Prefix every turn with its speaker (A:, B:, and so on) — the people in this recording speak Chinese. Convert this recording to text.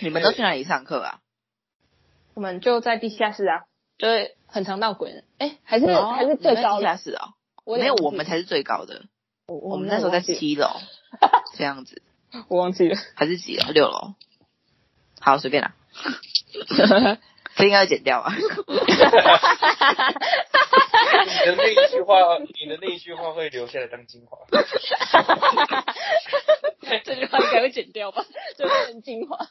A: 你们都去哪里上课啊？
B: 我们就在地下室啊，就是很常闹鬼的。哎，还是、
A: 哦
B: 还是最高
A: 你们在地
B: 的
A: 下，室哦，
B: 我
A: 没有，
B: 点
A: 我
B: 忘记
A: 们才是最高的。
B: 我
A: 我
B: 我
A: 们那时候在
B: 忘记了，
A: 七 楼，这样子
B: 我忘记了。
A: 还是几楼？六楼？好，随便啦， 这应该要剪掉啊。
C: 你的那一句话，你的那一句话会留下来当精华。
B: 这句话应该会剪掉吧？就变成精华。